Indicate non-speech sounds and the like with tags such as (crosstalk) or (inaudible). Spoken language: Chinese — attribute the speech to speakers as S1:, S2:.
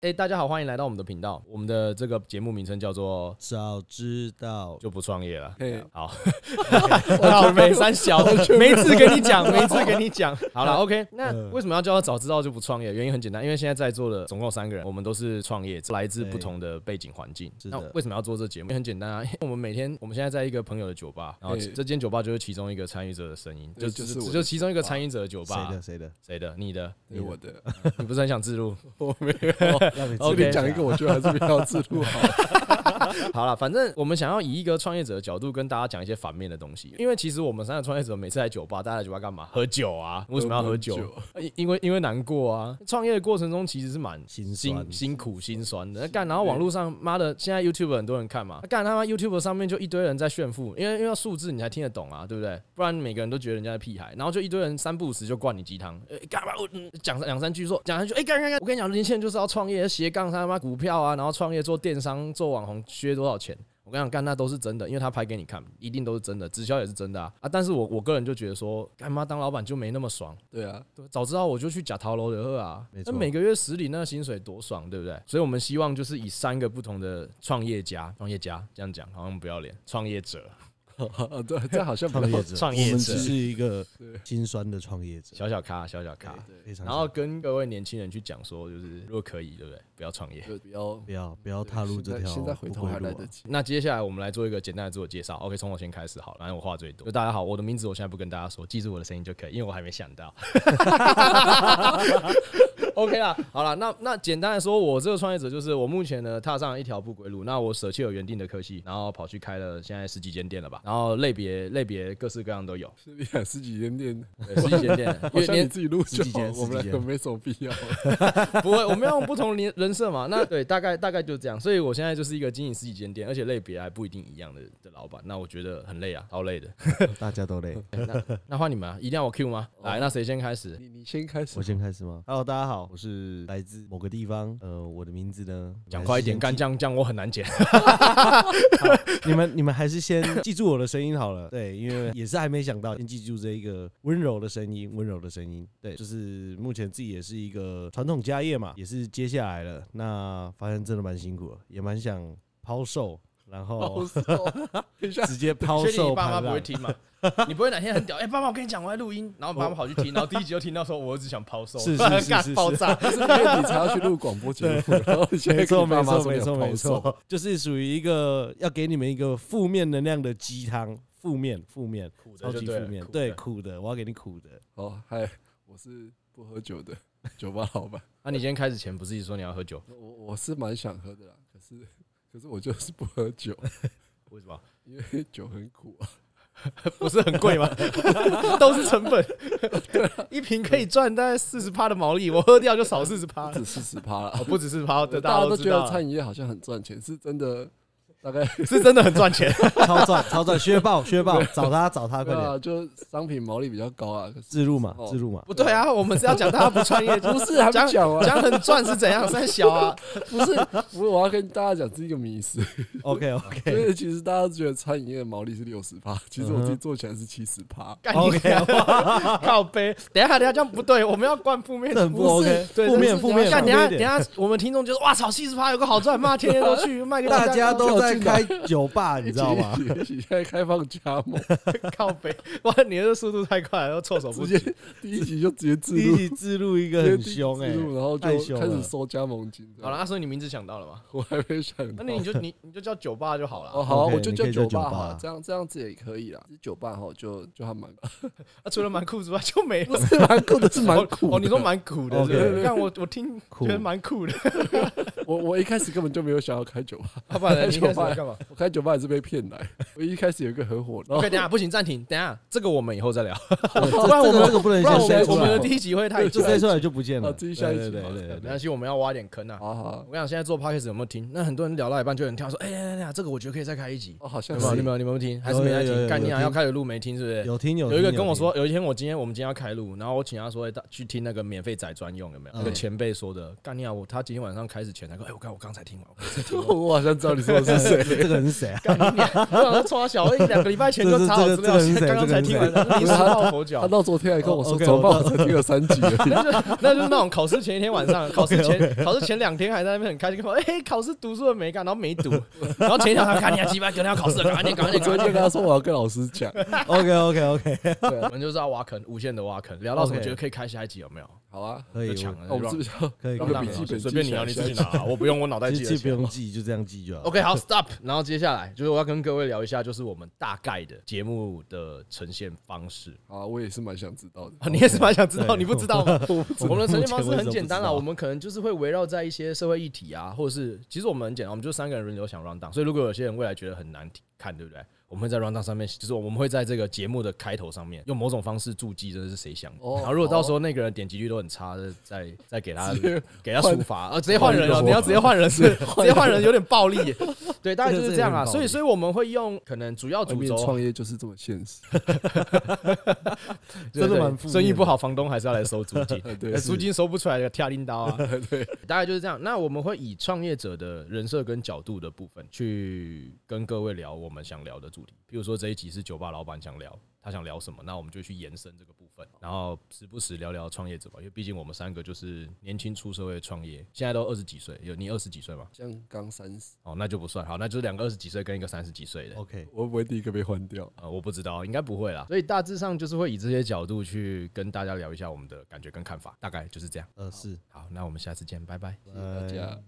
S1: 哎、大家好，欢迎来到我们的频道。我们的这个节目名称叫做
S2: 早知道
S1: “就不创业
S3: (laughs)
S1: 了
S3: 嘿”。
S1: 好，好，没三小，没次跟你讲，没次跟你讲。好了，OK。那
S2: 嗯
S1: 为什么要叫他早知道就不创业？原因很简单，因为现在在座的总共有三个人，我们都是创业，来自不
S2: 对
S1: 同的背景环境。
S2: 是
S1: 那
S2: 的
S1: 为什么要做这节目？也很简单啊，因为我们每天，我们现在在一个朋友的酒吧，然后
S3: 嘿
S1: 这间酒吧就是其中一个参与者的声音，就
S3: 对就是
S1: 是
S3: 我的
S1: 就其中一个参与者的酒
S2: 谁
S1: 吧
S2: 的。谁 (laughs) 的，
S1: 谁的？你的？
S3: 对我的，
S1: 你不是很想自录？
S3: 我没有。
S2: 让哦你自己
S1: OK
S3: 这里讲一个，我觉得还是比较自录好。
S1: 好了，反正我们想要以一个创业者的角度跟大家讲一些反面的东西，因为其实我们三个创业者每次来酒吧，大家来酒吧干嘛？喝酒啊？为什么要喝酒
S3: 喝酒？
S1: 因因为因为难过啊。创业的过程中其实是蛮
S2: 心酸
S1: 辛辛苦心酸的。那干，然后网络上妈的，现在 YouTube 很多人看嘛，干他妈 YouTube 上面就一堆人在炫富，因为因为要数字你才听得懂啊，对不对？不然每个人都觉得人家是屁孩，然后就一堆人三不五时就灌你鸡汤，呃干嘛？我嗯讲两三句说，讲三句，哎、干干干，我跟你讲，年轻人就是要创业，斜杠他妈股票啊，然后创业做电商、做网红，削多少钱？我跟你讲，干那都是真的，因为他拍给你看，一定都是真的，直销也是真的啊啊！但是我我个人就觉得说，干妈当老板就没那么爽，
S3: 对啊，
S1: 对早知道我就去假桃楼的喝啊
S2: 没，
S1: 那
S2: 错
S1: 每个月十领那个薪水多爽，对不对？所以我们希望就是以三个不同的创业家，创业家这样讲好像不要脸，创业者，
S3: 对，这好像比
S2: 创
S3: 较
S2: 业者，
S1: 创
S2: 我
S1: 业
S2: 们
S1: 者
S2: 只是一个
S3: 对
S2: 心酸的创业者，
S1: 小小咖，小小咖，
S2: 非常
S1: 然后跟各位年轻人去讲说，就是如果可以，对不对？不要创业。
S3: 就比较
S2: 不要不要踏入这
S3: 现在
S2: 条
S3: 现在回
S2: 不
S3: 头
S2: 归
S3: 还
S2: 路
S3: 来
S2: 啊
S3: 得。及。
S1: 那接下来我们来做一个简单的自我介绍。OK，从我先开始好了，反正我话最多。就大家好，我的名字我现在不跟大家说，记住我的声音就可以，因为我还没想到。OK 啦，好啦，那那简单的说，我这个创业者就是我目前呢踏上了一条不归路。那我舍弃了原定的科系，然后跑去开了现在十几间店了吧，然后类别类别各式各样都有，
S3: 是你看十几间店，
S1: 对十几间
S3: (laughs)
S1: 店，
S3: 好
S1: 因为
S3: 像
S1: 年
S3: 你自己录
S2: 十
S3: 就
S2: 几
S3: 好
S2: 间，
S3: 我
S2: 十
S3: 们
S2: 几
S3: 两个
S2: 间
S3: 没什么必要。
S1: 不会，我们要用不同的人设嘛。那对，大概大概就这样。所以我现在就是一个经营十几间店，而且类别还不一定一样的的老板。那我觉得很累啊，超累的。
S2: (laughs) 大家都累。
S1: 那换你们、啊，一定要我 Q 吗？
S3: 哦
S1: 来，那谁先开始？
S3: 你你先开始
S2: 我，先开始吗？Hello，大家好，我是来自某个地方，呃，我的名字呢，
S1: 讲
S2: 还是
S1: 快一点，
S2: 先
S1: 干
S2: 记
S1: 这样这样我很难剪。
S2: (laughs) 你们你们还是先记住我的声音好了，对，因为也是还没想到，先记住这一个温柔的声音，温柔的声音，对，就是目前自己也是一个传统家业嘛，也是接下来了，那发现真的蛮辛苦的，也蛮想抛售，然
S3: 好
S2: 后
S3: 瘦等一下，
S2: 直接抛
S1: 哦确定
S2: 售
S1: 你爸妈
S2: 盘
S1: 不会
S2: 了。
S1: 听嘛？ (laughs) 你不会哪天很屌？哎、爸妈，我跟你讲，我在录音，然后爸妈跑去听，然后第一集就听到说，我儿子想抛售，
S2: 是
S1: (laughs)
S2: 是是是
S1: 干
S2: 是
S1: 爆炸。
S3: 是因为你才要去录广播节目，然后你
S1: (laughs)
S3: 现在
S2: (laughs) 没
S3: 跟
S2: 错，
S3: 你爸
S2: 没
S3: 妈
S2: 错，
S3: 说
S2: 没
S3: 你
S2: 错，
S3: 要
S2: 没
S3: 抛售，
S2: 错，就是属于一个要给你们一个负面能量的鸡汤，负面，负面，
S1: 苦的
S2: 超
S1: 就
S2: 级
S1: 对
S2: 负
S1: 了
S2: 面
S1: 苦，的
S2: 对，苦的，我要给你苦的。
S3: 哦，嗨，我是不喝酒的酒吧老板，
S1: 那、你今天开始前不是一直说你要喝酒？
S3: 我我是蛮想喝的啦，可是可是我就是不喝酒，
S1: 为什么？
S3: 因为酒很苦啊。
S1: (laughs) 不是很贵吗？ (laughs) 都是成本， (laughs) 一瓶可以赚大概四十趴的毛利，我喝掉就少四十趴
S3: (laughs) 不，止 (laughs) 四十趴
S2: (laughs)
S1: 哦
S3: 了。
S1: 不只是趴，对
S3: 大
S1: 家
S3: 家都觉
S1: 知
S3: 得
S1: 道，
S3: 餐饮业好像很赚钱，是真的。
S2: (laughs)
S3: 大概
S1: 是真的很赚钱。 (laughs)
S2: 超赚，超赚，薛豹，薛豹，找他，找他，快
S3: 对
S2: 点，
S3: 啊，就商品毛利比较高啊。可
S2: (laughs)
S3: 是
S2: 自入嘛，
S3: 哦
S2: 自入嘛。
S1: 不对啊，我们是要讲他不创业，
S3: 不是还
S1: 讲
S3: 没讲完？
S1: 讲很赚是怎样？三小啊，
S3: 不是，不是，我要跟大家讲是一个迷思，
S2: OK
S3: 因
S2: OK
S3: 为其实大家都觉得餐饮业的毛利是六十趴，其实我自己
S2: 嗯哼
S3: 做起来是七十趴。
S1: 干你
S2: OK，
S1: (laughs) 靠背。等一下，等一下，这样不对，我们要灌负面
S2: 这很不
S1: 是
S2: OK，
S1: 对，
S2: 负面
S1: 就是
S2: 负面
S1: 干
S2: 负
S1: 等一
S2: 面
S1: 下，
S2: 一
S1: 等一
S2: 点
S1: 下，我们听众就说哇操，七十趴有个好赚，妈天天都去卖给
S2: (laughs) 大家都在
S3: 进
S2: 开
S3: 来
S2: 酒吧，你知道吗？
S3: 一 (laughs) 起？一起现在开放加
S2: (laughs)
S3: 盟，
S1: (laughs) 靠背。哇，你的速度太快了，都措手不
S3: 直
S1: 及。
S3: 接第一集就直接自
S2: 第一
S3: 录，
S2: 集自入一个
S3: 直接
S2: 很
S3: 第一集
S2: 凶哎
S3: 自，录然后
S2: 太
S3: 就
S2: 凶
S3: 开始
S2: 了
S3: 收加盟金。
S1: 好啊了，，那所以你名字想到了吗？
S3: 我还没想
S1: 那
S3: 到。
S1: 你就你你就叫酒吧就好了。
S3: 哦，好啊，
S2: OK，
S3: 我就
S2: 你
S3: 叫
S2: 可以叫
S3: 酒
S2: 酒
S3: 吧
S2: 吧
S3: 哈
S2: 啊，
S3: 这样这样子也可以啦。其实酒吧哈，就就还蛮
S1: 啊，除了蛮酷之外就没了。
S3: 不是蛮酷的，是蛮酷的。
S1: 哦，你说蛮苦的，
S2: OK
S1: 是不是？但我我听
S2: 酷
S1: 觉得蛮酷的。
S3: 我我一开始根本就没有想要开酒吧， (laughs)
S1: 老板，你
S3: 酒
S1: 开
S3: 吧
S1: 始要干嘛
S3: 我开酒吧也是被骗来。我一开始有一个合伙，哦然后
S1: ？OK，等一下不行，暂停，等一下这个我们以后再聊，
S2: 不然我们这个不能
S1: 不然
S2: 先
S1: 我
S2: 塞
S1: 们我
S2: 出
S1: 们的
S2: 来，
S1: 第一集会太哦
S2: 就
S1: 久。
S2: 塞出来就不见了。
S3: 啊自己下一集
S2: 对对
S3: 嘛
S2: 对对
S1: 没
S2: 对
S1: 关系，我们要挖点坑啊。
S3: 好好
S1: 我跟你讲，现在做 podcast 有没有听？那很多人聊到一半就有人跳说：“哎呀呀呀，这个我觉得可以再开一集。
S3: 哦，好”像
S1: 有没有？你
S3: 是
S1: 们有你们有没有听？还是没在
S2: 有有有
S1: 听？
S2: 有
S1: 干你啊！
S2: 有
S1: 要
S2: 听
S1: 开始录没听是不是？
S2: 有听有
S1: 有
S2: 听
S1: 一个跟我说，，有一天我今天我们今天要开录，然后我请他说，哎、大去听那个免费仔专用有没有？
S2: 嗯
S1: 那个哎前辈说的，干你啊！我他今天晚上开始前他说，哎、我刚我刚才听完，我刚才听完
S2: (laughs)
S3: 我好像知道你说的是
S2: 这这个人是谁啊？
S1: 干你娘！我
S2: (laughs)
S1: 想说抓小，我一两个礼拜前就查好资料，
S2: 这这这这这这是谁
S1: 刚刚才听完，
S2: (laughs)
S1: 临时抱佛脚
S3: 他。到昨天还跟我
S2: 哦
S3: 说，
S2: ，OK，
S3: 怎么办？
S2: 我
S3: 我才听了三集而已，
S2: (laughs)
S1: 那就是那就是那种考试前一天晚上，考试前考试前两天还在那边很开心，说哎，考试读书了没干，然后没读，然后前一天还看你啊，鸡巴，隔天要考试了，赶快点，赶快
S3: 我
S1: 点，赶快
S3: 昨天就
S1: 点。
S3: 跟他说我要跟老师讲， (laughs)
S2: OK OK
S1: (laughs)
S2: OK，
S3: 对
S1: 我
S3: 啊，
S1: 们就是要挖坑，无限的挖坑，聊到什么
S2: OK
S1: 觉得可以开下一集有没有？
S3: 好啊，
S2: 可以
S1: 就，抢
S2: 我
S1: 了，
S3: 那我们是不是要
S2: 可以，
S3: 那
S2: 可
S1: 让让
S2: 以
S3: 个笔记本
S1: 随便你
S3: 记
S1: 啊，你
S3: 起来
S1: 自己拿，我不用，我脑袋
S2: 其
S3: (laughs)
S1: 记得
S2: 实不
S1: 起来
S2: 用。记，就这样记就好。
S1: OK，好，Stop。然后接下来就是我要跟各位聊一下，就是我们大概的节目的呈现方式。
S3: 好啊，我也是蛮想知道的。
S1: (laughs) 啊，你也是蛮想知道，
S2: 对
S1: 你不知道吗？我们的呈现方
S2: 目前为
S1: 式
S2: 止
S1: 很简单啦，
S2: 我不知道
S1: 我们可能就是会围绕在一些社会议题啊，或者是其实我们很简单，我们就三个人轮流想 round down，所以如果有些人未来觉得很难看，对不对？我们会在 round down 上面，就是我们会在这个节目的开头上面用某种方式注记这是谁想的。
S3: 哦
S1: 然后如果到时候那个人点击率都很差，再再给他
S3: 直接
S1: (laughs) 给他
S3: 换
S1: 处罚啊，直接换人哦，
S3: 换一个
S1: 你要直接换人是直
S3: 换
S1: 接
S3: 人
S1: 换人有点暴力，对，大概就
S2: 这
S1: 是
S2: 个
S1: 这样
S2: 有
S1: 啊。
S2: 点暴力
S1: 所以所以我们会用可能主要啊
S3: 外
S1: 主
S3: 面
S1: 轴
S3: 创业就是这么现实，
S1: 对
S2: 真的
S1: 对
S2: 蛮负
S1: 生意
S2: 面
S1: 不好，房东还是要来收租
S2: (laughs)
S1: 金。
S3: 对
S1: 呃，租金收不出来的跳拎刀啊，
S3: 对，
S1: 大概就是这样。那我们会以创业者的人设跟角度的部分去跟各位聊我们想聊的主题，比如说这一集是酒吧老板想聊，他想聊什么，那我们就去延伸这个部分，然后时不时聊聊创业者吧，因为毕竟我们三个就是年轻出社会创业，现在都二十几岁，有你二十几岁吗？
S3: 像刚三十，
S1: 哦，那就不算，好，那就是两个二十几岁跟一个三十几岁的。
S2: OK，
S3: 我会不会第一个被换掉？
S1: 呃，我不知道，应该不会啦。所以大致上就是会以这些角度去跟大家聊一下我们的感觉跟看法，大概就是这样。
S2: 呃是，
S1: 好，那我们下次见，拜拜。
S3: 谢谢大
S2: 拜
S3: 家。